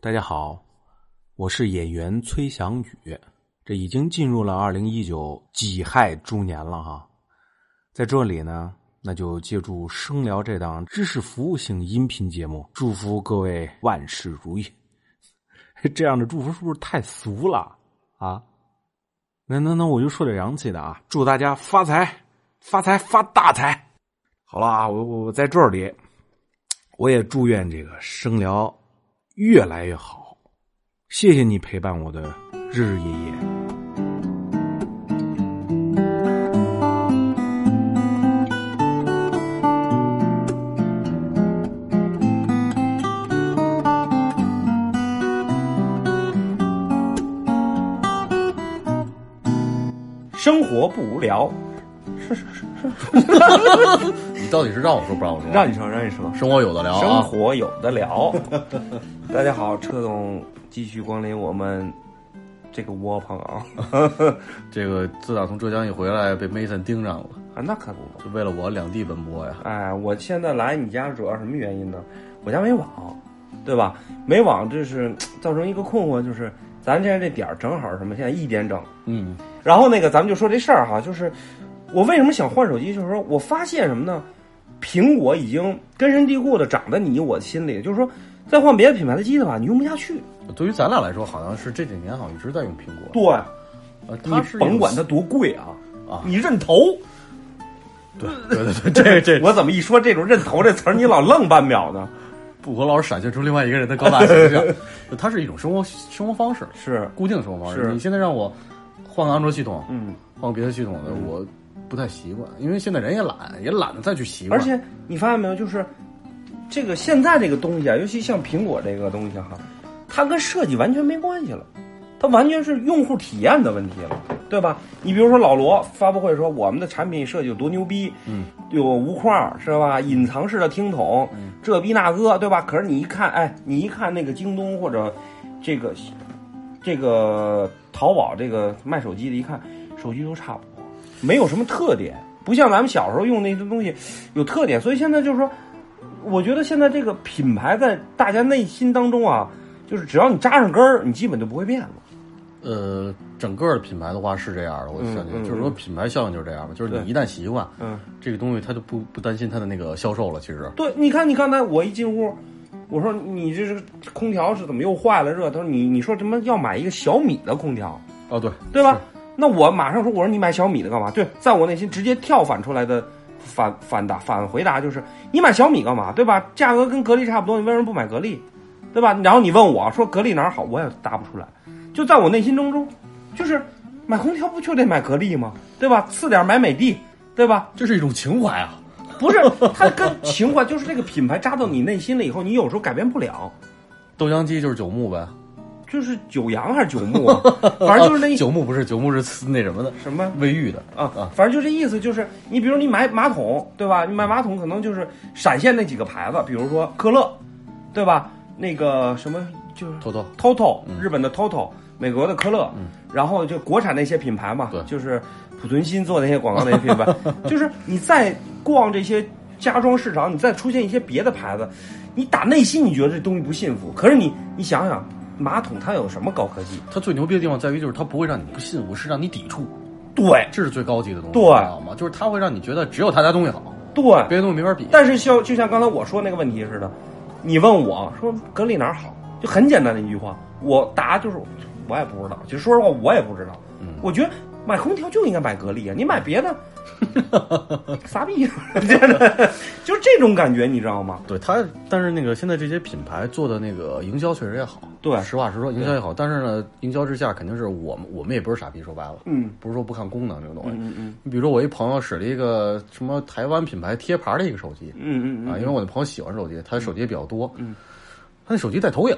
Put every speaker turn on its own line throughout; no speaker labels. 大家好，我是演员崔翔宇，这已经进入了二零一九己亥猪年了哈。在这里呢，那就借助声聊这档知识服务性音频节目，祝福各位万事如意。 这样的祝福是不是太俗了啊？那那那我就说点洋气的啊，祝大家发财，发财发大财。好了啊，我我我在这里，我也祝愿这个声聊越来越好。谢谢你陪伴我的日日夜夜。
生活不无聊，
你到底是让我说不让我说？
让你说，让你说，
生活有的聊啊，
生活有的聊。大家好，车总继续光临我们这个窝棚啊！
这个自打从浙江一回来，被 Mason 盯上了，
啊，那可不嘛。
就为了我两地奔波呀。
哎，我现在来你家主要什么原因呢？我家没网，对吧？没网这是造成一个困惑，就是咱现在这点儿正好是什么？现在一点整。
嗯，
然后那个咱们就说这事儿哈，就是我为什么想换手机，就是说我发现什么呢？苹果已经根深蒂固的长在你我心里，就是说再换别的品牌的机子吧，你用不下去。
对于咱俩来说，好像是这几年好像一直在用苹果。
对，
呃，它是
你
一种
甭 管它多贵啊，
啊
你认头。
对对对，这这
我怎么一说这种认头这词儿，你老愣半秒呢？
不和老师闪现出另外一个人的高大 形象，就它是一种生活生活方式，
是，
固定的生活方式。
是
你现在让我换个安卓系统，
嗯，
换个别的系统的，我不太习惯，因为现在人也懒，也懒得再去习惯。
而且你发现没有，就是这个现在这个东西啊，尤其像苹果这个东西哈，它跟设计完全没关系了，它完全是用户体验的问题了，对吧？你比如说老罗发布会说我们的产品设计有多牛逼，
嗯，
有无框是吧？隐藏式的听筒，这逼那个对吧？可是你一看，哎，你一看那个京东或者这个这个淘宝这个卖手机的，一看手机都差不多，没有什么特点，不像咱们小时候用那些东西有特点。所以现在就是说，我觉得现在这个品牌在大家内心当中啊，就是只要你扎上根儿，你基本就不会变了。
呃，整个的品牌的话是这样的，我
嗯
感觉、
嗯
就是说品牌效应就是这样吧，就是
对
你一旦习惯，
嗯，
这个东西它就不不担心它的那个销售了。其实，
对，你看，你刚才我一进屋，我说你这是空调是怎么又坏了热？他说你你说什么要买一个小米的空调，
哦对，
对吧？那我马上说，我说你买小米的干嘛？对，在我内心直接跳反出来的反反答反回答就是你买小米干嘛？对吧？价格跟格力差不多，你为什么不买格力？对吧？然后你问我说格力哪儿好，我也答不出来。就在我内心当中，就是买空调不就得买格力吗？对吧？次点买美的，对吧？
这是一种情怀啊。
不是，它跟情怀就是这个品牌扎到你内心了以后，你有时候改变不了。
豆浆机就是九牧呗，
就是九阳还是九牧啊？反正就是那
啊
一
九牧不是九牧是呲那什么的，
什么
卫浴的
啊，反正就这意思，就是你比如你买马桶，对吧？你买马桶可能就是闪现那几个牌子，比如说科乐，对吧？那个什么就是
头头
TOTO，日嗯本的 TOTO，美国的科乐，
嗯
然后就国产那些品牌嘛
对，
就是濮存昕做那些广告那些品 牌，就是你再逛这些家装市场，你再出现一些别的牌子，你打内心你觉得这东西不幸福，可是你你想想，马桶它有什么高科技？
它最牛逼的地方在于就是它不会让你不信服，是让你抵触，
对
这是最高级的东西，
对
你知道吗？就是它会让你觉得只有他家东西好，
对，
别的东西没法比。
但是像就像刚才我说那个问题似的，你问我说格力哪儿好，就很简单的一句话，我答就是我也不知道。其实说实话，我也不知道。
嗯
我觉得买空调就应该买格力啊，你买别 的，傻逼，真的就是这种感觉，你知道吗？
对它，但是那个现在这些品牌做的那个营销确实也好，
对
实话实说，营销也好，但是呢，营销之下肯定是我们我们也不是傻逼，说白了，
嗯
不是说不看功能这个东西。
嗯嗯
你比如说我一朋友使了一个什么台湾品牌贴牌的一个手机
嗯嗯
啊，因为
嗯
我那朋友喜欢手机，他手机也比较多，
嗯，
他那手机带投影。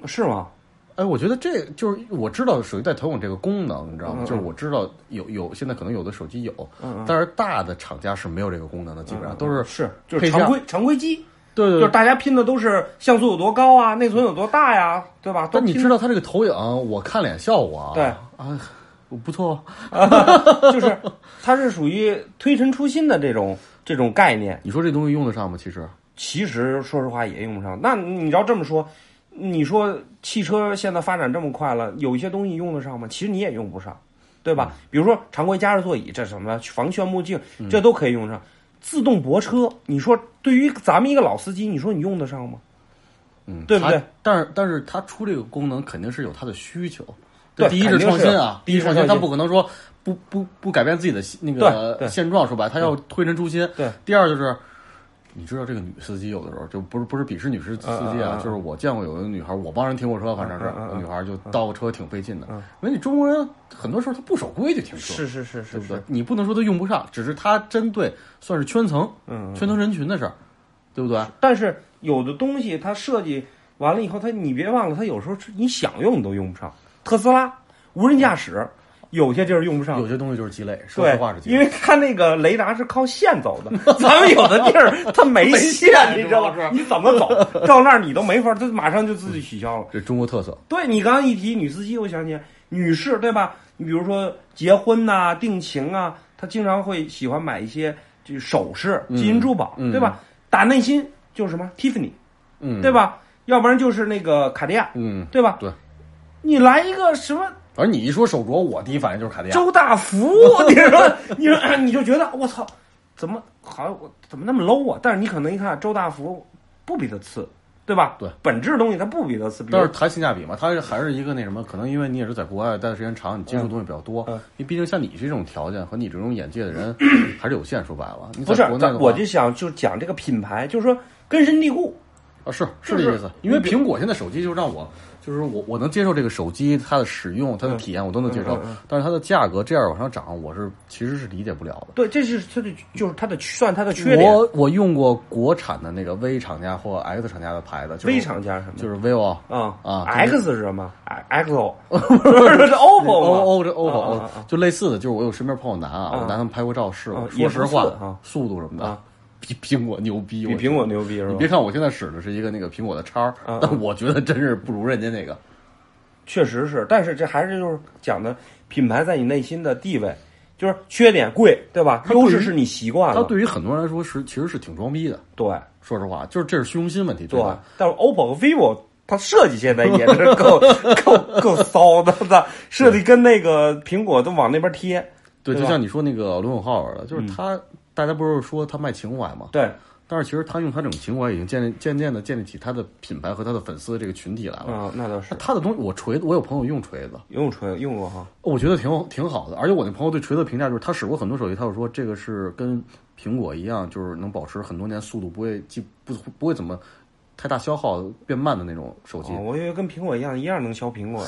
嗯，是吗？
哎，我觉得这就是我知道手机带投影这个功能，你知道
嗯
吗
嗯？
就是我知道有有现在可能有的手机有
嗯嗯，
但是大的厂家是没有这个功能的，基本上都是
是就是
配
常
件
规常规机，
对对
就
对
是大家拼的都是像素有多高啊，内存有多大呀，对吧？都
但你
拼
知道它这个投影，我看脸效果啊，
对
啊，不错，
啊就是它是属于推陈出新的这种这种概念。
你说这东西用得上吗？其实
其实说实话也用不上。那你要这么说，你说汽车现在发展这么快了，有一些东西用得上吗？其实你也用不上，对吧？
嗯
比如说常规加热座椅，这什么防眩目镜，这都可以用上。自动泊车，你说对于咱们一个老司机，你说你用得上吗？
嗯
对不对
它但是但是它出这个功能肯定是有它的需求。
对
这第一是创新啊，
肯定是第一是
创新，
创新
它不可能说不不不改变自己的那
对对
个呃现状，说白了，它要推陈出新。
对，
第二就是。你知道这个女司机有的时候就不是不是鄙视女司司机
嗯嗯
啊
嗯，
就是我见过有的女孩，我帮人停过车，反正是
嗯嗯嗯嗯
有女孩就倒个车挺费劲的，因为你中国人很多时候他不守规矩停车，
是是是
对
是
不对
是，？
你不能说他用不上，只是他针对算是圈层，
嗯，
圈层人群的事儿，对不对？
但是有的东西它设计完了以后，它你别忘了，它有时候是你想用你都用不上。特斯拉无人驾驶，有些地儿用不上
有。些东西就是鸡肋，说实
对
话是，鸡肋
因。为它那个雷达是靠线走的，咱们有的地儿它 没线，你知道
主
吗？
要
你怎么走到那儿你都没法，它马上就自己取消了。
这中国特色，
对你刚刚一提女司机，我想起来女士对吧？你比如说结婚呐、定情啊，她经常会喜欢买一些就是首饰、金银珠宝，
嗯
对吧？打内心就是什么 Tiffany，
嗯，
对？吧？要不然就是那个卡地亚，
嗯，
对吧？
对。
你来一个什么
反正你一说手镯，我第一反应就是卡地亚。
周大 福，你说你说哎你就觉得我操，怎么好像我怎么那么 low 啊？但是你可能一看周大福不比他次，对吧？
对，
本质东西它不比他次，比如
但是谈性价比嘛，它是还是一个那什么，可能因为你也是在国外待的时间长，你接触的东西比较多。
嗯嗯
因为毕竟像你这种条件和你这种眼界 的人还是有限，说白了，你
不
在
是
国，内
咱
的话
我就想就讲这个品牌，就是说根深蒂固。
啊，是是
就是
这意思。因为苹果现在手机就让我，就是我我能接受这个手机它的使用、它的体验，我都能接受
嗯嗯嗯。
但是它的价格这样往上涨，我是其实是理解不了的。
对，这是它的就是它的算它的缺点。
我我用过国产的那个 V 厂家或 X 厂家的牌子，就是
V 厂家是什么？
就是 vivo
啊
啊
，X 是什么？XO 是 OPPO 吗？
O O 这 OPPO
啊啊啊
就类似的，就是我有身边朋友拿啊，
啊
我拿他们拍过照试过
啊。
说实话
也不错啊，
速度什么的
啊
比苹果牛逼，
比
我觉
苹
得
果。牛逼是
你
吧
别？看我现在使的是一个那个苹果的叉儿
啊啊，
但我觉得真是不如人家那个。
确实是，但是这还是就是讲的品牌在你内心的地位，就是缺点贵，对吧？
它对于
优势是你习惯
它
了，
对于很多人来说是其实是挺装逼的，
对
说实话，就是这是虚荣心问题，
对啊
吧？。
但是 OPPO 和 vivo 它设计现在也是够够够骚的，对吧设计跟那个苹果都往那边贴，
对，
对吧
就像你说那个罗永浩似的，就是他，大家不是说他卖情怀嘛？
对。
但是其实他用他这种情怀，已经建立渐渐的建立起他的品牌和他的粉丝的这个群体来了。
啊，那倒是
那他的东西，我锤子，我有朋友用锤子，
游泳锤用过哈，
我觉得挺好挺好的。而且我那朋友对锤子评价就是，他使过很多手机，他就说这个是跟苹果一样，就是能保持很多年速度不会既不不会怎么太大消耗变慢的那种手机。
哦我以为跟苹果一样，一样能削苹 果。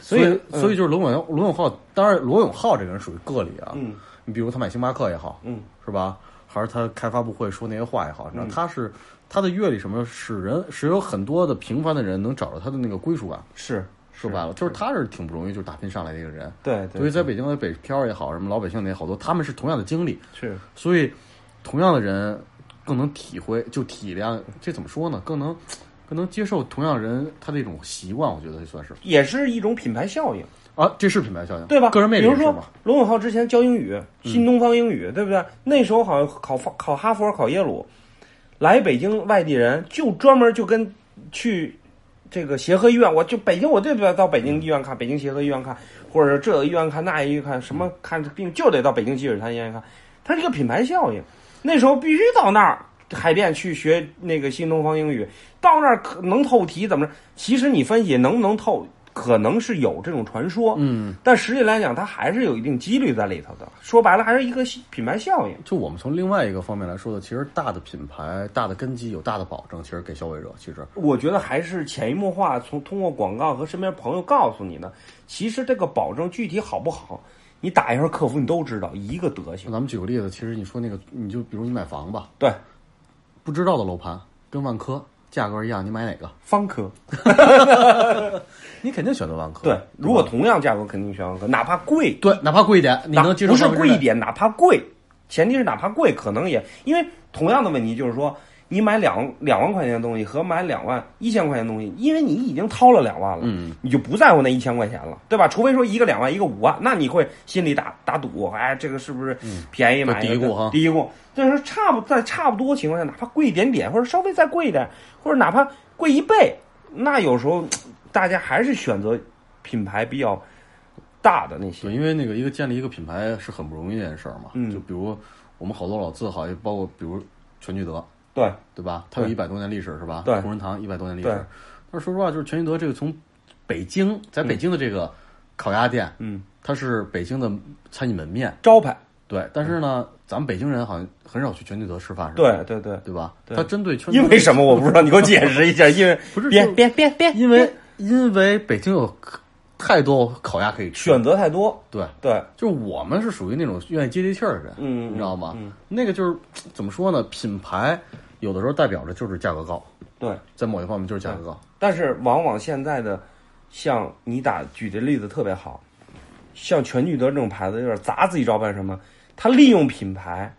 所
以嗯
以，所以就是罗永罗永浩，当然罗永浩这个人属于个例啊。
嗯，
你比如他买星巴克也好，
嗯，
是吧？还是他开发布会说那些话也好，你知道他是他的阅历什么，使人使有很多的平凡的人能找到他的那个归属感。
是
说白了，就是他是挺不容易，就是打拼上来的一个人。
对
所以
对
在北京的北漂也好，什么老百姓的也好多，他们是同样的经历，
是，
所以同样的人更能体会，就体谅，这怎么说呢？更能更能接受同样人他的一种习惯，我觉得算是
也是一种品牌效应，
啊，这是品牌效应，
对吧？
个人魅力
比如
也是嗯
说
嘛，
罗永浩之前教英语，新东方英语，对不对？那时候好像考法考哈佛、考耶鲁，来北京外地人就专门就跟去。这个协和医院，我就北京，我对不对？到北京医院看，北京协和医院看，或者这个医院看，那医院看，什么看病就得到北京积水潭医院看，它是一个品牌效应。那时候必须到那儿海淀去学那个新东方英语，到那儿可能透题怎么着？其实你分析能不能透，可能是有这种传说，
嗯，
但实际来讲，它还是有一定几率在里头的。说白了，还是一个品牌效应。
就我们从另外一个方面来说的，其实大的品牌、大的根基有大的保证，其实给消费者，其实
我觉得还是潜移默化从通过广告和身边朋友告诉你的。其实这个保证具体好不好，你打一下客服你都知道一个德
那
行。
咱们举个例子，其实你说那个，你就比如你买房吧，
嗯对，
不知道的楼盘跟万科价格一样，你买哪个？
方科
你肯定选择万科。
对，如
吧
果同样价格肯定选方科，哪怕贵，
对，哪怕贵一点，你
哪
能接受
不是
范围之
贵一
内，
点，哪怕贵，前提是哪怕贵，可能也因为同样的问题就是说，你买两两万块钱的东西和买两万一千块钱的东西，因为你已经掏了两万了，
嗯，
你就不在乎那一千块钱了，对吧？除非说一个两万，一个五万，那你会心里打打赌，哎，这个是不是便宜买一个？
嗯就嘀咕哈
嘀咕。但是差不在差不多情况下，哪怕贵一点点，或者稍微再贵一点，或者哪怕贵一倍，那有时候大家还是选择品牌比较大的那些
对，。因为那个一个建立一个品牌是很不容易的一件事儿嘛。
嗯
就比如我们好多老字号，也包括比如全聚德，
对，
对吧？它有
对
一百多年历史是吧？
对
同仁堂一百多年历
对
史。但是说实话，就是全聚德这个从北京，在北京的这个烤鸭店，
嗯，
它是北京的餐饮门面，
招牌，
对。但是呢，咱们北京人好像很少去全聚德吃饭，是吧？
嗯对对对。
对吧？
对
它针对全聚德
因为什么我不知道，你给我解释一下。因为
不是
别
就
别别别，
因为因为北京有太多烤鸭可以吃，
选择太多。
对，
对，
就是我们是属于那种愿意接地气儿的人，
嗯
你知道吗？那个就是怎么说呢？品牌有的时候代表着就是价格高，
对。
在某一方面就是价格高。
但是往往现在的，像你打举的例子特别好，像全聚德这种牌子，有点砸自己招牌什么，他利用品牌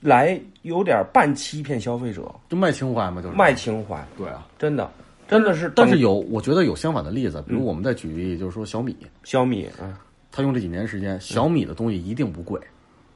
来有点半欺骗消费者，
就卖情怀嘛，就是
卖情怀，
对啊。
真的，真的是。
但是有，我觉得有相反的例子，
嗯
比如我们再举例，就是说小米，
小米，嗯，
它用这几年时间，小米的东西一定不贵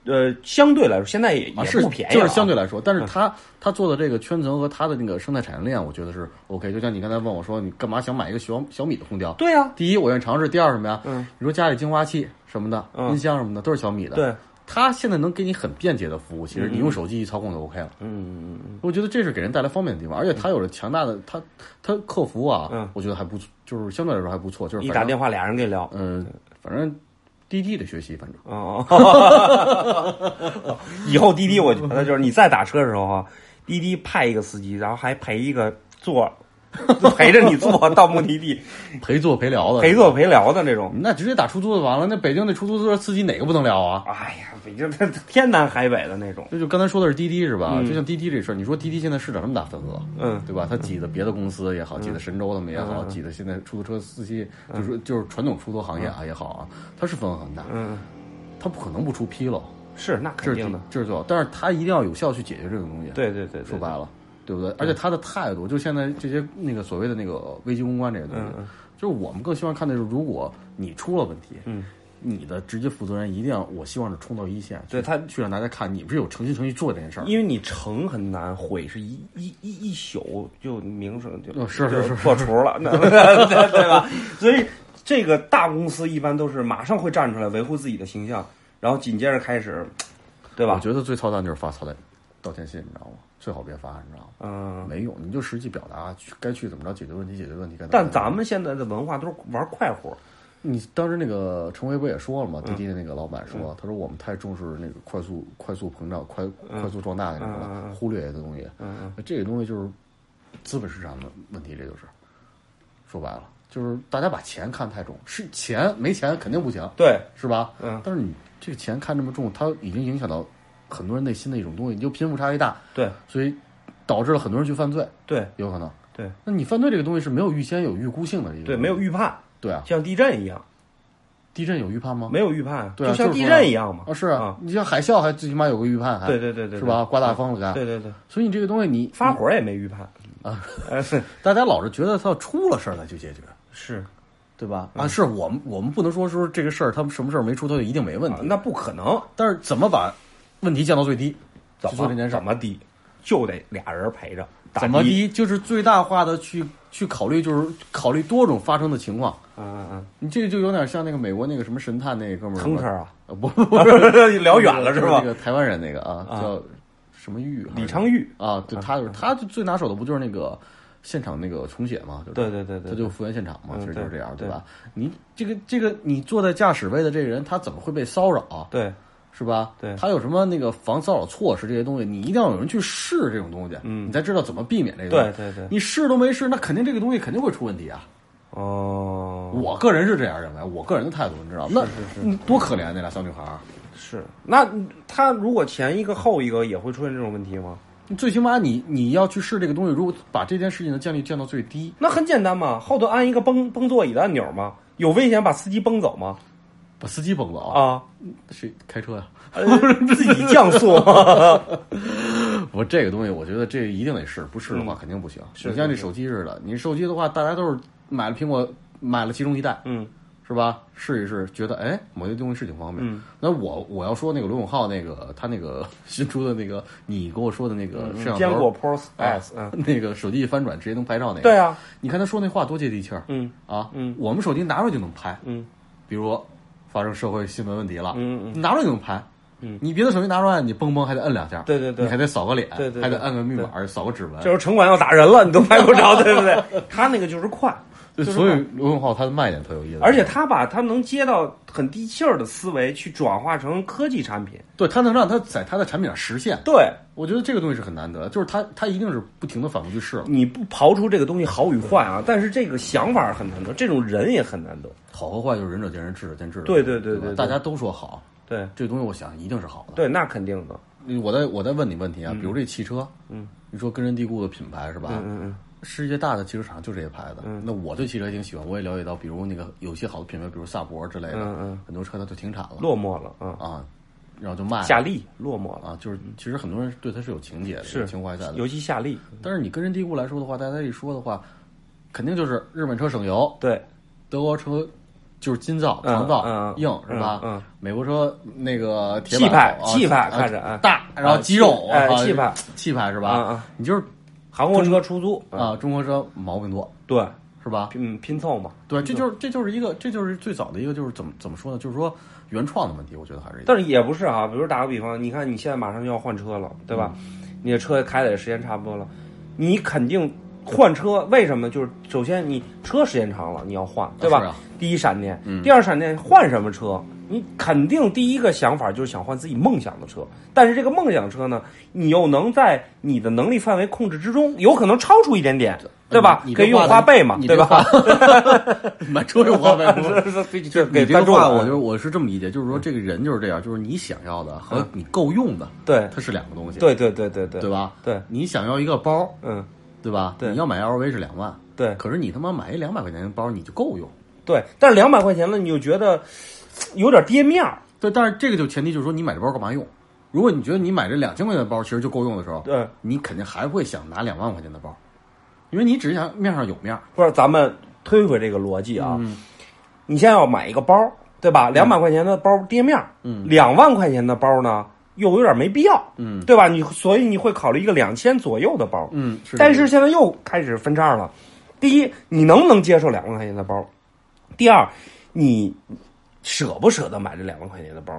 呃，相对来说现在也
啊，
也
是
不便宜
就
了啊，
是相对来说，但是它它做的这个圈层和它的那个生态产业链，我觉得是 OK。就像你刚才问我说，你干嘛想买一个小小米的空调？
对啊，
第一，我愿意尝试；第二，什么呀？
嗯，
你说家里净化器什么的，
嗯
音箱什么的，都是小米的。
对，
它现在能给你很便捷的服务，其实你用手机一操控就 OK 了。
嗯，
我觉得这是给人带来方便的地方，而且它有了强大的它它客服啊，
嗯
我觉得还不错，就是相对来说还不错，就是
一
反
打
正
电话俩人给聊，
嗯、反正滴滴的学习，反正
哦，以后滴滴我觉得就是你再打车的时候啊，滴滴派一个司机，然后还陪一个 座，陪着你坐到目的地，
陪坐陪聊的
陪坐陪聊的那种。
那直接打出租就完了。那北京那出租车司机哪个不能聊啊？
哎呀，北京 这天南海北的那种，
那就刚才说的是滴滴是吧？就像滴滴这事儿，你说滴滴现在市场这么大份额，
嗯，
对吧？它挤的别的公司也好，挤的神州他们也好，挤的现在出租车司机，就是就是传统出租行业啊也好啊，它是份额很大，
嗯，
它不可能不出纰漏，
是那
这
肯
是
定的，
这是最好，但是它一定要有效去解决这个东西。，
对对对对，嗯
说白了，对不对？而且它的态度，就现在这些那个所谓的那个危机公关这些东
嗯
西，就是我们更希望看的是，如果你出了问题，嗯。你的直接负责人一定要，我希望是冲到一线，
对
去
他
去让大家看你不是有诚心诚意做这件事儿，
因为你成很难，毁是一一一一宿就名声就、
哦是是是
就破除了， 那对对吧？所以这个大公司一般都是马上会站出来维护自己的形象，然后紧接着开始，对
我
吧？
觉得最操蛋就是发操蛋道歉信，你知道吗？最好别发，你知道吗？
嗯，
没用，你就实际表达，去该去怎么着解决问题，解决问题。该怎么
但
着
咱们现在的文化都是玩快活，
你当时那个陈辉不也说了
嗯
吗？滴滴的那个老板说，他说我们太重视那个快速、快速膨胀、快、
嗯
快速壮大那种了，忽略的东西。那这个东西就是资本市场的问题，这就是说白了，就是大家把钱看太重，是钱没钱肯定不行，
对，
是吧？
嗯
但是你这个钱看这么重，它已经影响到很多人内心的一种东西，你就贫富差距大，
对，
所以导致了很多人去犯罪，
对，
有可能。
对，
那你犯罪这个东西是没有预先有预估性的，
对，没有预判，
对啊，
像地震一样，
地震有预判吗？
没有预判，
对啊
就像
就是
地
说
震一样嘛。
啊，是啊，你像海啸还最起码有个预判，还
对对对对，啊
是吧？刮大风了该，
对对对，
所以你这个东西你
发火也没预判
啊，
哎 是
大家老是觉得它要出了事儿再去解决，
是
对吧？
嗯
啊，是我们我们不能说说这个事儿，他们什么事儿没出，它就一定没问
啊
题。
那不可能，
但是怎么把问题降到最低，
怎
去做这
么
件事
怎
儿？
么低，就得俩人陪着。打
怎么
的？
低？就是最大化的去去考虑，就是考虑多种发生的情况。
嗯嗯
你这就有点像那个美国那个什么神探那哥们
嗯
儿，
亨特啊，
呃 不不不，
聊远了是
就
吧
那？个台湾人那个啊，
啊
叫什么玉？还是
李昌钰，
啊，
嗯
对，他就是他就最拿手的不就是那个现场那个重写嘛，就是
对对对对，
他就复原现场嘛，
嗯
其实就是
对
这样，
对
对吧？你这个这个你坐在驾驶位的这个人，他怎么会被骚扰啊？
对
是吧？
对
他有什么那个防骚扰措施这些东西，你一定要有人去试这种东西，嗯，你才知道怎么避免这个东
对
西。
对对，
你试都没试，那肯定这个东西肯定会出问题啊！
哦，
我个人是这样认为，我个人的态度，你知道吗？那你多可怜啊那俩小女孩儿，
是那他如果前一个后一个也会出现这种问题吗？
你最起码你你要去试这个东西，如果把这件事情的建立降到最低，
那很简单嘛，后头安一个崩崩座椅的按钮嘛，有危险把司机崩走吗？
把司机崩了啊！
啊，
谁开车呀、 啊
自己降速，啊
我这个东西，我觉得这一定得试，不试的话肯定不行。
嗯是
你像这
是
手机似的，你手机的话，大家都是买了苹果，买了其中一代，
嗯，
是吧？试一试，觉得哎，某些东西是挺方便。
嗯
那我我要说那个罗永浩那个他那个 新出的那个，你给我说的那个 摄像
嗯
头，
坚果 Pro
啊
S，嗯，
那个手机一翻转直接能拍照那个，
对啊，
你看他说那话多接地气儿
嗯
啊！
嗯
我们手机拿出来就能拍，
嗯
比如发生社会新闻问题了，
嗯嗯，
拿出来就能拍。
嗯
你别的手机拿出来，你蹦蹦还得摁两下，
对对对
你还得扫个脸，
对对对
还得按个密码，扫个指纹。
就是城管要打人了，你都拍不着，对不 对？他那个就是快，
对
就是
所以
快
罗永浩他的卖点特有意思，
而且他把他能接到很低气儿的思维去转化成科技产品，
对他能让他在他的产品上实现，
对，
我觉得这个东西是很难得，就是他他一定是不停的反复去试了。
你不刨出这个东西好与坏啊，但是这个想法很难得，这种人也很难得。
好和坏就是仁者见仁，智者见智。
对对对
吧
对对
大家都说好，
对
这东西我想一定是好的。
对，那肯定的。
嗯我再我再问你问题啊，比如这汽车，嗯，你说根深蒂固的品牌是吧？嗯嗯世界大的汽车厂就这些牌子，那我对汽车也挺喜欢，我也了解到，比如那个有些好的品牌，比如萨博之类的，
嗯嗯
很多车它就停产了
落寞了啊，
啊，然后就卖了
夏利落寞了，
啊，就是其实很多人对它是有情节的，有
是
情怀在的。嗯
尤其夏利，
但是你根深蒂固来说的话，大家一说的话，肯定就是日本车省油，
对，
德国车就是金造、
嗯
长造、
嗯嗯
硬是吧？
嗯嗯
美国车那个铁
气派
板啊
气派
啊
看着啊
大，然后肌肉，
哎
我靠
气派
气派是
啊
吧
啊？
你就是
韩国车出租，嗯
啊，中国车毛病多
对，
是吧？
嗯，拼凑嘛。
对，这就是这就是一个这就是最早的一个就是怎么怎么说呢？就是说原创的问题，我觉得还是一个
但是也不是啊，比如打个比方，你看你现在马上就要换车了，对吧？
嗯
你的车开的也时间差不多了，你肯定换车，为什么呢？就是首先你车时间长了，你要换，对吧？
是啊嗯
第一闪电，第二闪电换什么车？你肯定第一个想法就是想换自己梦想的车，但是这个梦想车呢，你又能在你的能力范围控制之中，有可能超出一点点，对吧
你？你
可以
这话
用
的
花呗嘛，
你
对
这
吧？
满车有花呗。
是是是，就给啊
你这
赞
个
助
话，
了，
我就是我是这么理解，就是说这个人就是这样，就是你想要的和你够用的，
对
它是两个东西，
嗯对对对对对
对吧？
对
你想要一个包，
嗯，
对吧？
对
你要买 LV 是两万，
对
可是你他妈买一两百块钱的包你就够用。
对，但是两百块钱了，你就觉得嘖有点跌面儿。
对，但是这个就前提就是说你买这包干嘛用？如果你觉得你买这两千块钱的包其实就够用的时候，
对，
你肯定还会想拿两万块钱的包，因为你只想面上有面儿。
不是，咱们推回这个逻辑啊，
嗯
你先要买一个包，对吧？两百块钱的包跌面儿，
嗯
两万块钱的包呢又有点没必要，
嗯
对吧？你所以你会考虑一个两千左右的包，
嗯，是
但
这个
是现在又开始分叉了。第一，你能不能接受两万块钱的包？第二，你舍不舍得买这两万块钱的包？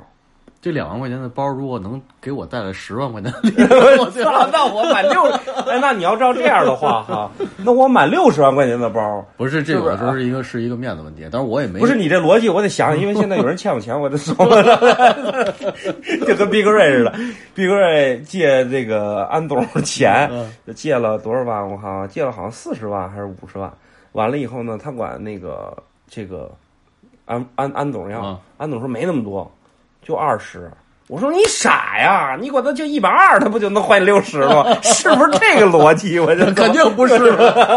这两万块钱的包如果能给我带来十万块钱的 利
我操！那我满六，哎，那你要照这样的话哈，那我满六十万块钱的包，
不是，这
是不是
有时候是一个是一个面子问题，但是我也没
不 是你这逻辑，我得想，因为现在有人欠我钱，我得说了， 就跟毕格瑞似的，毕格瑞借这个安董钱，
嗯
借了多少万？我靠，借了好像四十万还是五十万。完了以后呢，他管那个这个安安安董要，
啊
安董说没那么多，就二十。我说你傻呀，你管他就一百二，他不就能换六十吗？ 是不是这个逻辑？我就
肯定不是，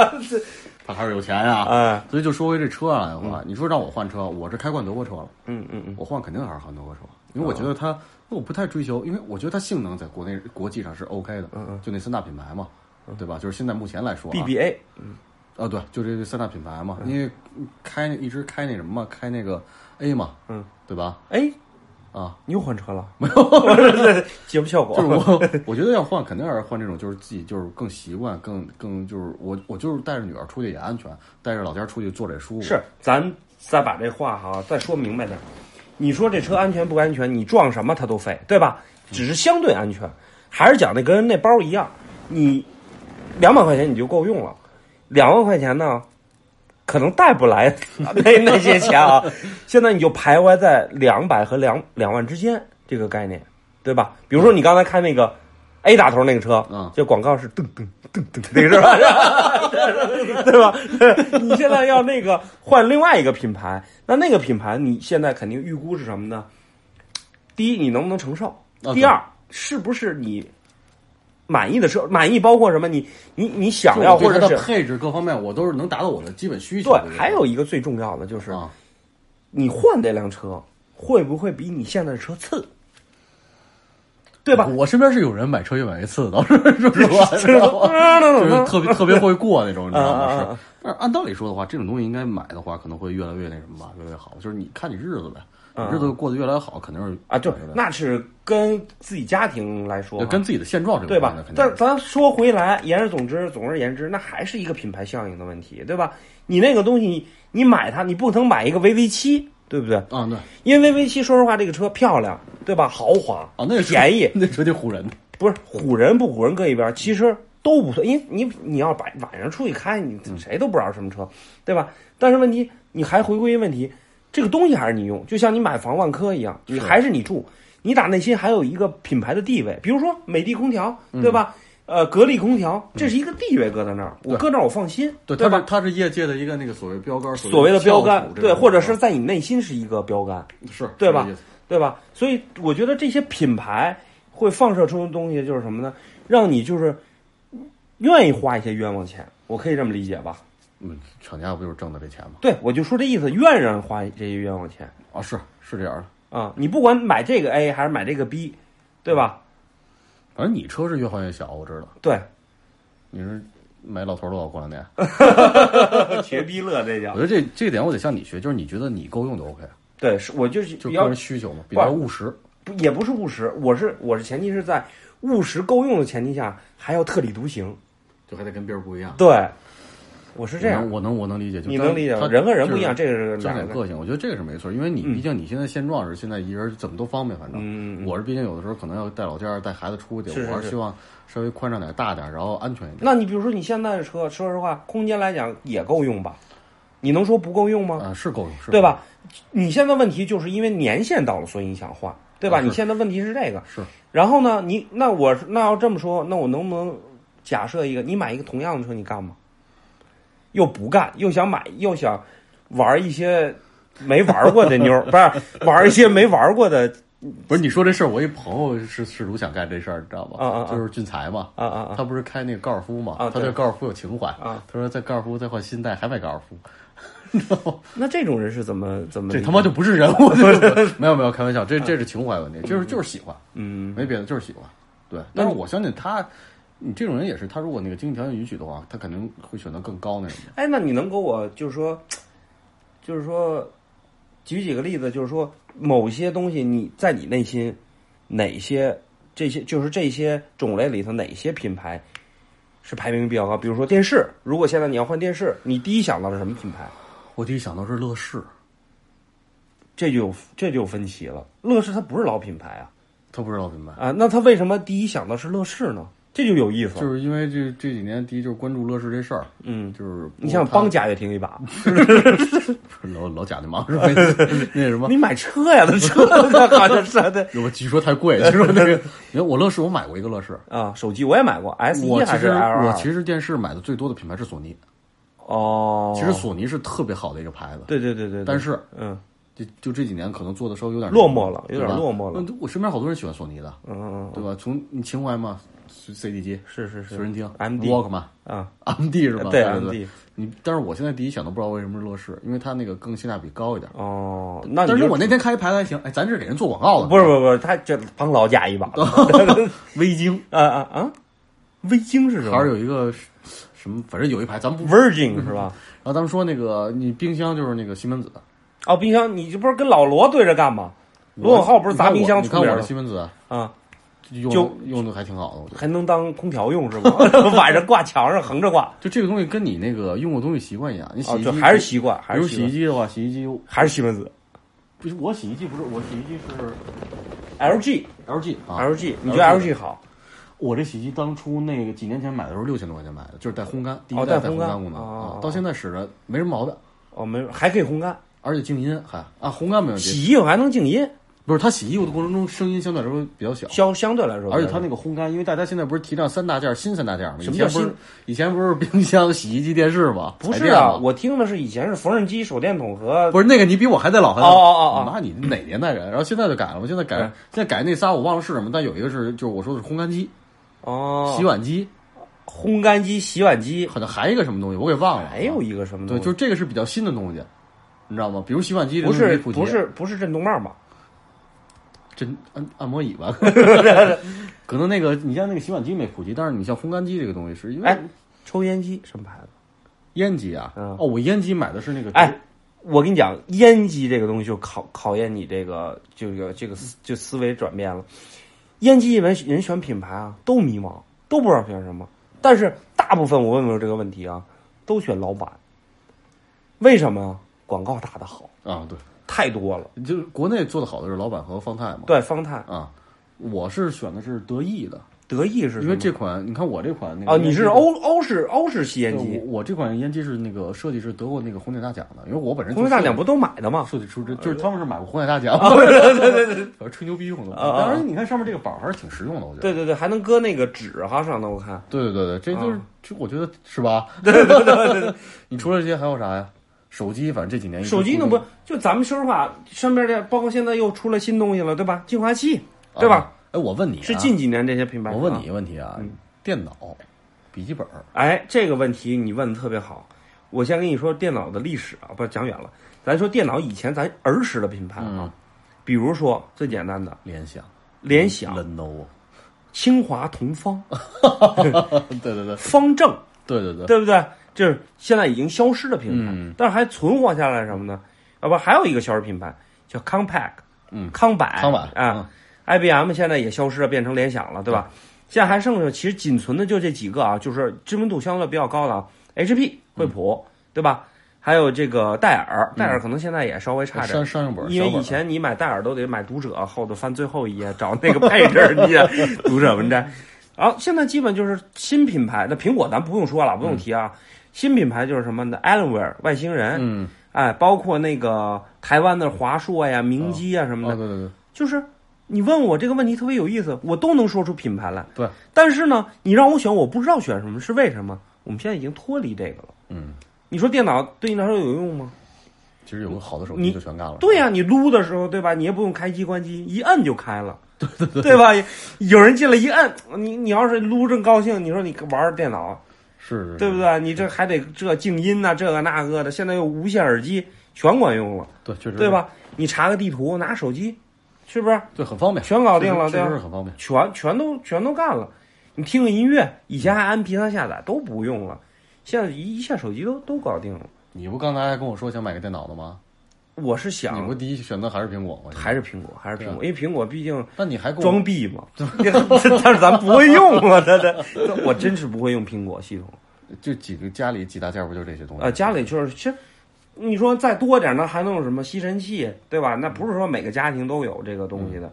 他还是有钱呀、
哎，
所以就说回这车来的话，你说让我换车，我是开惯德国车了，
嗯嗯哦嗯，
我换肯定还是换德国车，因为我觉得它，我不太追求，因为我觉得它性能在国内国际上是 OK 的，
嗯嗯嗯
就那三大品牌嘛，对吧？就是现在目前来说、啊、
，BBA
啊，对，就这三大品牌
嗯
嘛，因为开一直开那什么嘛，开那个 A 嘛，
嗯，
对吧？
哎，
啊，
你又换车了？没有，节目效果。
就是我，我觉得要换，肯定要是换这种，就是自己就是更习惯，更更就是我我就是带着女儿出去也安全，带着老家出去坐着也舒服。
是，咱再把这话哈再说明白点儿。你说这车安全不安全？你撞什么它都废，对吧？只是相对安全，还是讲那跟那包一样，你两百块钱你就够用了，两万块钱呢，可能带不来 那那些钱啊。现在你就徘徊在两百和两两万之间这个概念，对吧？比如说你刚才开那个 A 打头那个车，
嗯
这广告是噔噔噔噔， 那个是吧？ 对吧？你现在要那个换另外一个品牌，那那个品牌你现在肯定预估是什么呢？第一，你能不能承受？
啊
第二，是不是你满意的车？满意包括什么？你你你想
就
要
我对
或
它
者
的
是
配置各方面，我都是能达到我的基本需求啊
对
的。这，个
还有一个最重要的就是
啊，
你换这辆车，会不会比你现在的车次？对吧？
我身边是有人买车越买越次的，说实话，
就是
知道吗 就是
嗯
特别特别会过那种，你知道
啊啊
吗？
啊
是。但是按道理说的话，这种东西应该买的话，可能会越来越那什么吧，越来越好。就是你看你日子呗，你日子
嗯
过得越来越好，肯定是
啊，就
越来越
那是跟自己家庭来说
要
哈，
跟自己的现状这个
对
有关
吧
的，？肯定
但
是。
咱说回来，言而总之，总而言之，那还是一个品牌效应的问题，对吧？你那个东西，你买它，你不能买一个 VV 七，对不对？
啊，对
因为 VV 七，说实话，这个车漂亮，对吧？豪华
啊，那是，
便宜
那绝对唬人的。
不是唬人不唬人搁一边儿，其实都不错。因为你你要把晚上出去开，你
嗯
谁都不知道什么车，对吧？但是问题，你还回归一问题，这个东西还是你用，就像你买房万科一样，你还是你住，你打内心还有一个品牌的地位。比如说美的空调，
嗯
对吧？呃，格力空调，这是一个地位搁在那儿，我搁那儿我放心，
嗯对，
对
它
吧
是？它是业界的一个那个所谓标杆，
所谓的标
翘
杆
楚，这
对，
个
或者是在你内心是一个标杆，
是
对吧
是这意思
对吧？所以我觉得这些品牌会放射出的东西就是什么呢？让你就是愿意花一些冤枉钱，我可以这么理解吧？
嗯，厂家不就是挣的这钱吗？
对，我就说这意思，愿意让人花这些冤枉钱
啊，是是这样的。
啊！你不管买这个 A 还是买这个 B，对吧？
反正你车是越换越小，我知道。
对，
你是买老头乐过两年，
学逼乐这叫
我觉得这这点我得向你学，就是你觉得你够用就 OK，啊
对，是我就是
就
比
个
较
人需求嘛，比较
不
务实。
不也不是务实，我是我是前提是在务实够用的前提下，还要特立独行。
就还得跟别人不一样。
对，我是这样，
我能我能我能理解，就
你
当
能理解吗？
他
人和人不一样，
就是
这个是
加
两
点
个
个性，我觉得这个是没错，因为你
嗯
毕竟你现在现状是现在一人怎么都方便，反正、
嗯嗯嗯
我是毕竟有的时候可能要带老家儿带孩子出去，
是是
我还是
是
希望稍微宽敞点、大点，然后安全一点。
那你比如说你现在的车，说实话，空间来讲也够用吧？你能说不够用吗？
啊、是够用，是
对？吧？你现在问题就是因为年限到了，所以你想换，对吧？
啊是
你现在问题是这个。
是
然后呢，你那我那要这么说，那我能不能假设一个，你买一个同样的车，你干吗？又不干，又想买，又想玩一些没玩过的妞儿，不是玩一些没玩过的
不是你说这事儿，我一朋友是试图想干这事儿，你知道吧？
啊啊啊
就是俊才嘛。
啊啊啊！
他不是开那个高尔夫嘛？
啊
他
对
对高尔夫有情怀。
啊
他说在高尔夫再换新代还买高尔夫，
那这种人是怎么怎么
这
理
他妈
解
就不是人 物。就是没有没有，开玩笑，这这是情怀问题，就是就是喜欢。
嗯
没别的，就是喜欢。对，但是我相信他，你这种人也是，他如果那个经济条件允许的话，他肯定会选择更高那种的。
哎，那你能给我就是说，就是说，举几个例子，就是说某些东西你在你内心哪些这些就是这些种类里头哪些品牌是排名比较高？比如说电视，如果现在你要换电视，你第一想到是什么品牌？
我第一想到是乐视，
这就有这就有分歧了。乐视它不是老品牌啊
他不知道明白，
啊，那它为什么第一想到是乐视呢？这就有意思了。
就是因为这这几年第一就是关注乐视这事儿，
嗯，
就是
你想帮贾跃亭一把，
不是老老贾那忙是吧？ 那什么。
你买车呀，那车好像是对
我据说太贵，据说那个，你看我乐视，我买过一个乐视。
啊，手机我也买过 S
我
一
其
还
实
是 L
我
二。
其实电视买的最多的品牌是索尼，
哦，
其实索尼是特别好的一个牌子，
对对对对，对
但是
嗯
就就这几年可能做的稍微有点
落寞了
对
有点
吧
落寞了
嗯我身边好多人喜欢索尼的，
嗯嗯嗯，
对吧？从你情怀嘛，CD 机、
是是是
随身听、
MD
Walkman、
啊，
MD 是吧？
对
对
MD
你，但是我现在第一想都不知道为什么是乐视，因为它那个更性价比高一点。
哦，那
但
你
是
就
我那天开一牌子还行，哎，咱这是给人做广告的，
不是不是不是，他这帮老贾一把，
微晶，
啊啊啊，微晶是什
还是
么
有一个什么，反正有一排，咱们不。
？Virgin 是吧？
然后咱们说那个，你冰箱就是那个西门子，
哦，冰箱，你这不是跟老罗对着干吗？罗永浩不是砸冰箱
你
出
看我
名
你看我
了
西门子
啊，
用
就
用的还挺好的，我觉得。
还能当空调用是吧？ 晚上挂墙上横着挂，
就这个东西跟你那个用过东西习惯一样，你洗
哦，
衣
就
机
还是习惯，还
比如
是习
洗衣
惯，
机的话，洗衣机
还是西门子
不是我洗衣机不是我洗衣机是
，LG
LG 啊
LG，你觉得
LG
LG 好？
我这洗衣机当初那个几年前买的时候六千多块钱买的，就是带烘干，第一
哦
代
带
烘
烘干
功能、
哦
啊，到现在使着没什么毛病，
哦，没有，还可以烘干，
而且静音还啊烘干没问题，
洗衣服还能静音，
不是它洗衣服的过程中声音相对来说比较小，
相相对来说，
而且它那个烘干，因为大家现在不是提倡三大件儿新三大件儿吗？以
什么叫
前不是以前不是冰箱、洗衣机、电视吗？
不
彩
是
电
啊，
吗
我听的是以前是缝纫机、手电筒和
不是那个你比我还在老还在
哦哦哦哦
妈你哪年代人？然后现在就改了嘛，现在改
嗯
现在改那仨我忘了是什么，但有一个是就是我说的是烘干机、
哦
洗碗机，
烘干机、洗碗机，
好像还有一个什么东西我给忘了，
还有一个什么东
对，
西？
就是这个是比较新的东西，你知道吗？比如洗碗机这
不
东西
是
普及
不是不是震动棒吧？
真按按摩椅 吧， 可能那个你像那个洗碗机没普及，但是你像烘干机这个东西是因为
哎，抽烟机什么牌子？
烟机啊，
嗯
哦，我烟机买的是那个
哎，我跟你讲，烟机这个东西就考考验你这个这个这个思就思维转变了。烟机人人选品牌啊，都迷茫，都不知道选什么。但是大部分我问过这个问题啊，都选老板。为什么呀？广告打得好，
啊，对，
太多了。
就是国内做的好的是老板和方太嘛。
对，方太
啊，我是选的是德意的，
得意是什
因
么
为这款你看我这款那个
哦，
烟
你
机
是欧欧式欧式吸烟
对
机
我，我这款烟机是那个设计是得过那个红点大奖的，因为我本人
红色大奖不呃啊都买的吗？
设计出这就是他们是买过红点大奖， 对对对对，吹牛逼用的。
啊啊啊
而且你看上面这个板儿还是挺实用的，我觉得。
对对对，还能搁那个纸哈上头，我 看。
对对对对，这就是
啊
这我觉得是吧？你除了这些还有啥呀？手机，反正这几年一 直
手机那
出
不就咱们说实话，身边的包括现在又出了新东西了，对吧？净化器，对吧？
啊？哎，我问你啊，
是近几年这些品牌。
我问你一，个问题啊
嗯，
电脑、笔记本儿，
哎，这个问题你问的特别好。我先跟你说电脑的历史啊，不讲远了，咱说电脑以前咱儿时的品牌啊，
嗯，
比如说最简单的
联想、
联
嗯
想、
Lenovo，
清华同方、
对对对
方正，
对对对，
对不对？这是现在已经消失的品牌，
嗯
但是还存活下来什么呢？啊，不，还有一个消失品牌叫康 o
嗯
康柏，
康柏嗯
啊、IBM 现在也消失了，变成联想了，对吧？现在还剩下其实仅存的就这几个啊，就是知名度相对比较高的啊，HP、惠
嗯
普，对吧？还有这个戴尔，戴尔可能现在也稍微差点
商。商用本儿，
因为
小本儿
以前你买戴尔都得买读者后头翻最后一页找那个配置， 你也读者文摘。然后现在基本就是新品牌，那苹果咱不用说了，不
嗯
用提啊。新品牌就是什么的 a l l e n w a r e 外星人，
嗯，
哎，包括那个台湾的华硕呀、明基啊什么
哦
的，
对对对，
就是你问我这个问题特别有意思，我都能说出品牌来。
对，
但是呢，你让我选，我不知道选什么，是为什么？我们现在已经脱离这个了。
嗯，
你说电脑对你来说有用吗？
其实有个好的手
你
机就全干了，
对呀、你撸的时候，对吧？你也不用开机关机，一摁就开了， 对对对，对吧？有人进来一摁，你你要是撸正高兴，你说你玩儿电脑，
是，是，是
对不？对？你这还得这静音呐、这个那个的，现在又无线耳机全管用了，
对，确实
对？吧？你查个地图，拿手机，是不是
对，很方便，
全搞定了？
确
对
实
吧
确实？是很方便。
全全都全都干了。你听个音乐，以前还按 MP 3下载都不用了，现在一一下手机都都搞定了。
你不刚才还跟我说想买个电脑的吗？
我是
你
想
不第一选择还是苹果吗？
啊还是苹果，还是苹果，因为苹果毕竟
那你还跟
装
我
逼嘛， 但是咱不会用啊， 他他我真是不会用苹果系统
就几个家里几大件儿不就是这些东西？
啊、呃家里就是其实。你说再多点儿呢，还能有什么吸尘器，对吧？那不是说每个家庭都有这个东西的。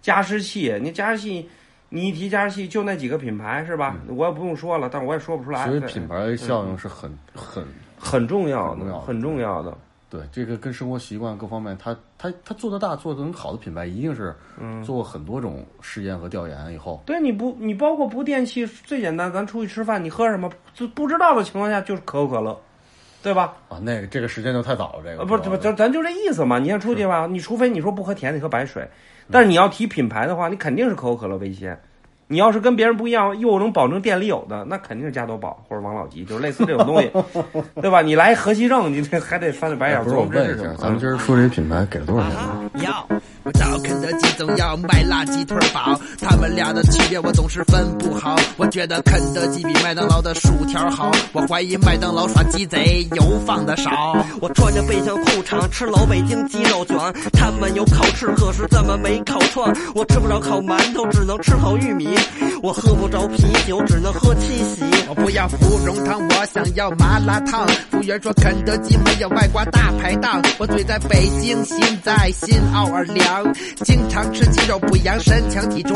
加湿器，你加湿器，你一提加湿器就那几个品牌是吧？我也不用说了，但我也说不出来。
其实
对
品牌效应是很很
很重要
很重
的，
要的
很重要的。
对，这个跟生活习惯各方面，它它它做得大、做得很好的品牌，一定是
嗯
做过很多种实验和调研以后，
对，你不，你包括不电器最简单，咱出去吃饭，你喝什么？就不知道的情况下就是可口可乐，对吧？
啊，那个这个时间就太早了，这个
呃，不是，
主
不
要
是，咱咱就这意思嘛。你像出去吧，你除非你说不喝甜的，你喝白水，但是你要提品牌的话，你肯定是可口可乐为先。你要是跟别人不一样，又能保证店里有的，那肯定是加多宝或者王老吉，就是类似这种东 西，对吧？你来河西正，你这还得翻着白眼
哎
儿
不是
琢
我
磨这
问
是
一
什
下，
么。
咱们今儿说这些品牌给了多少钱？
要我找肯德基总要麦辣鸡腿堡，他们俩的区别我总是分不好。我觉得肯德基比麦当劳的薯条好，我怀疑麦当劳耍鸡贼，油放的少。
我穿着背心裤衩，吃老北京鸡肉卷儿。他们有烤翅，可是咱们没烤串儿。我吃不着烤馒头，只能吃烤玉米。我喝不着啤酒，只能喝七喜。
我不要芙蓉汤，我想要麻辣烫。服务员说肯德基没有外挂大排档。我嘴在北京，心在新奥尔良，经常吃鸡肉补养身强体壮。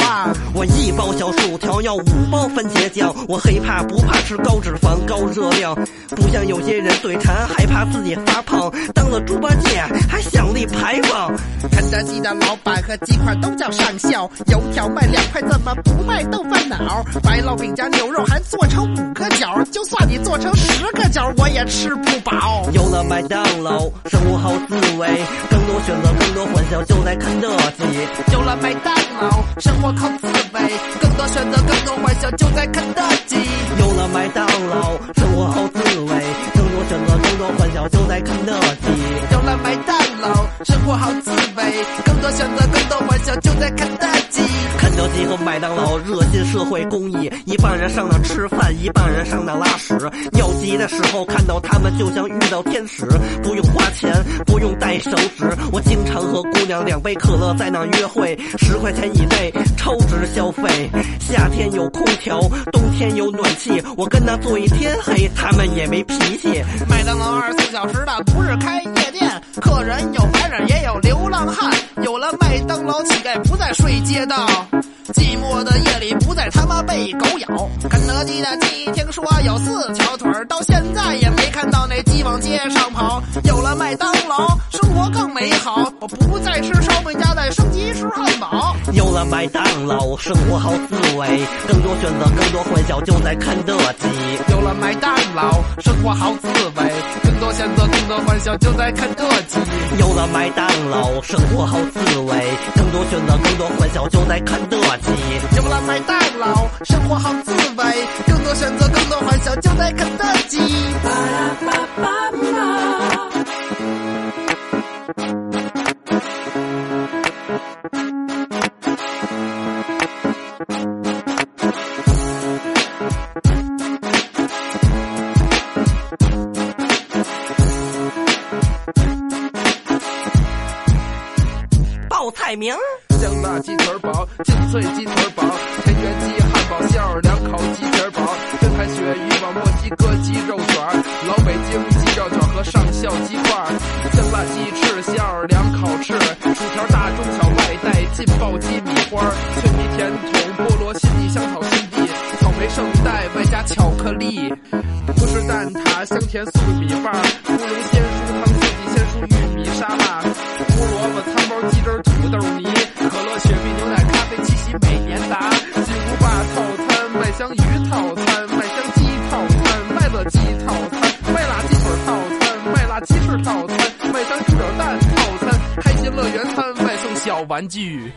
我一包小薯条要五包番茄酱。我黑怕不怕吃高脂肪、高热量，不像有些人对馋，害怕自己发胖。当了猪八戒，还想立牌坊。
肯德基的老板和鸡块都叫上校，油条卖两块，怎么不卖豆瓣脑？白烙饼加牛肉还做成五个角，就算你做成十个角，我也吃不饱。
有了麦当劳，生活好滋味，更多选择，更多欢笑，就在肯德基。
有了麦当劳，生活靠滋味，更多选择，更多欢笑，就在肯德基。
有了麦当劳，生活好滋味，更多选择，更多欢笑，就在肯德基。
有了麦当劳，生活好滋味，更多选择，更多欢笑，就在肯德基。
肯德基和麦当劳热心社会公益，一半人上当吃饭，一半人上当拉屎。尿急的时候看到他们就像遇到天使，不用花钱，不用带手纸。我经常和姑娘两杯可乐在那儿约会，十块钱以内超值消费。夏天有空调，冬天有暖气，我跟她坐一天黑，他们也没脾气。
麦当劳二十四小时的不是开夜店，客人有白人也有流浪汉。有了麦当劳，乞丐不再睡街道，寂寞的夜里不再他妈被狗咬。肯德基的鸡听说有四条腿儿，到现在也没看到那鸡往街上跑。有了麦当劳，生活更美好。我不再吃烧饼夹带，升级吃汉堡。
有了麦当劳，生活好滋味，更多选择，更多欢笑，就在肯德基。
有了麦当劳，生活好滋味，更多选择，更多欢笑，就在肯德基。
有了麦当劳，生活好滋味，更多选择，更多欢笑，就在肯德基。
有了麦当劳，生活好滋味，更多选择，更多欢笑，就在肯德基。
报菜名儿。
香辣鸡腿堡、劲脆鸡腿堡、田园鸡汉堡、馅儿两口鸡腿堡、真海鳕鱼堡、墨西哥鸡肉卷儿、老北京鸡肉卷儿和上校鸡块儿、香辣鸡翅、馅儿两口翅、薯条大中小外带、劲爆鸡米花儿、脆皮甜筒、菠萝心地香草心地。草莓圣代外加巧克力，葡式蛋挞、香甜粟米饭儿、芙蓉鲜蔬汤、四季鲜蔬玉米沙拉、胡萝卜汤包鸡汁儿土豆泥、可乐、雪碧、牛奶、咖啡、七喜、美年达、金无霸套餐、麦香鱼套餐、麦香鸡套餐、麦乐鸡套餐、麦辣鸡腿套餐、麦辣鸡翅套餐、麦香猪脚蛋套餐、开心乐园餐外送小玩具。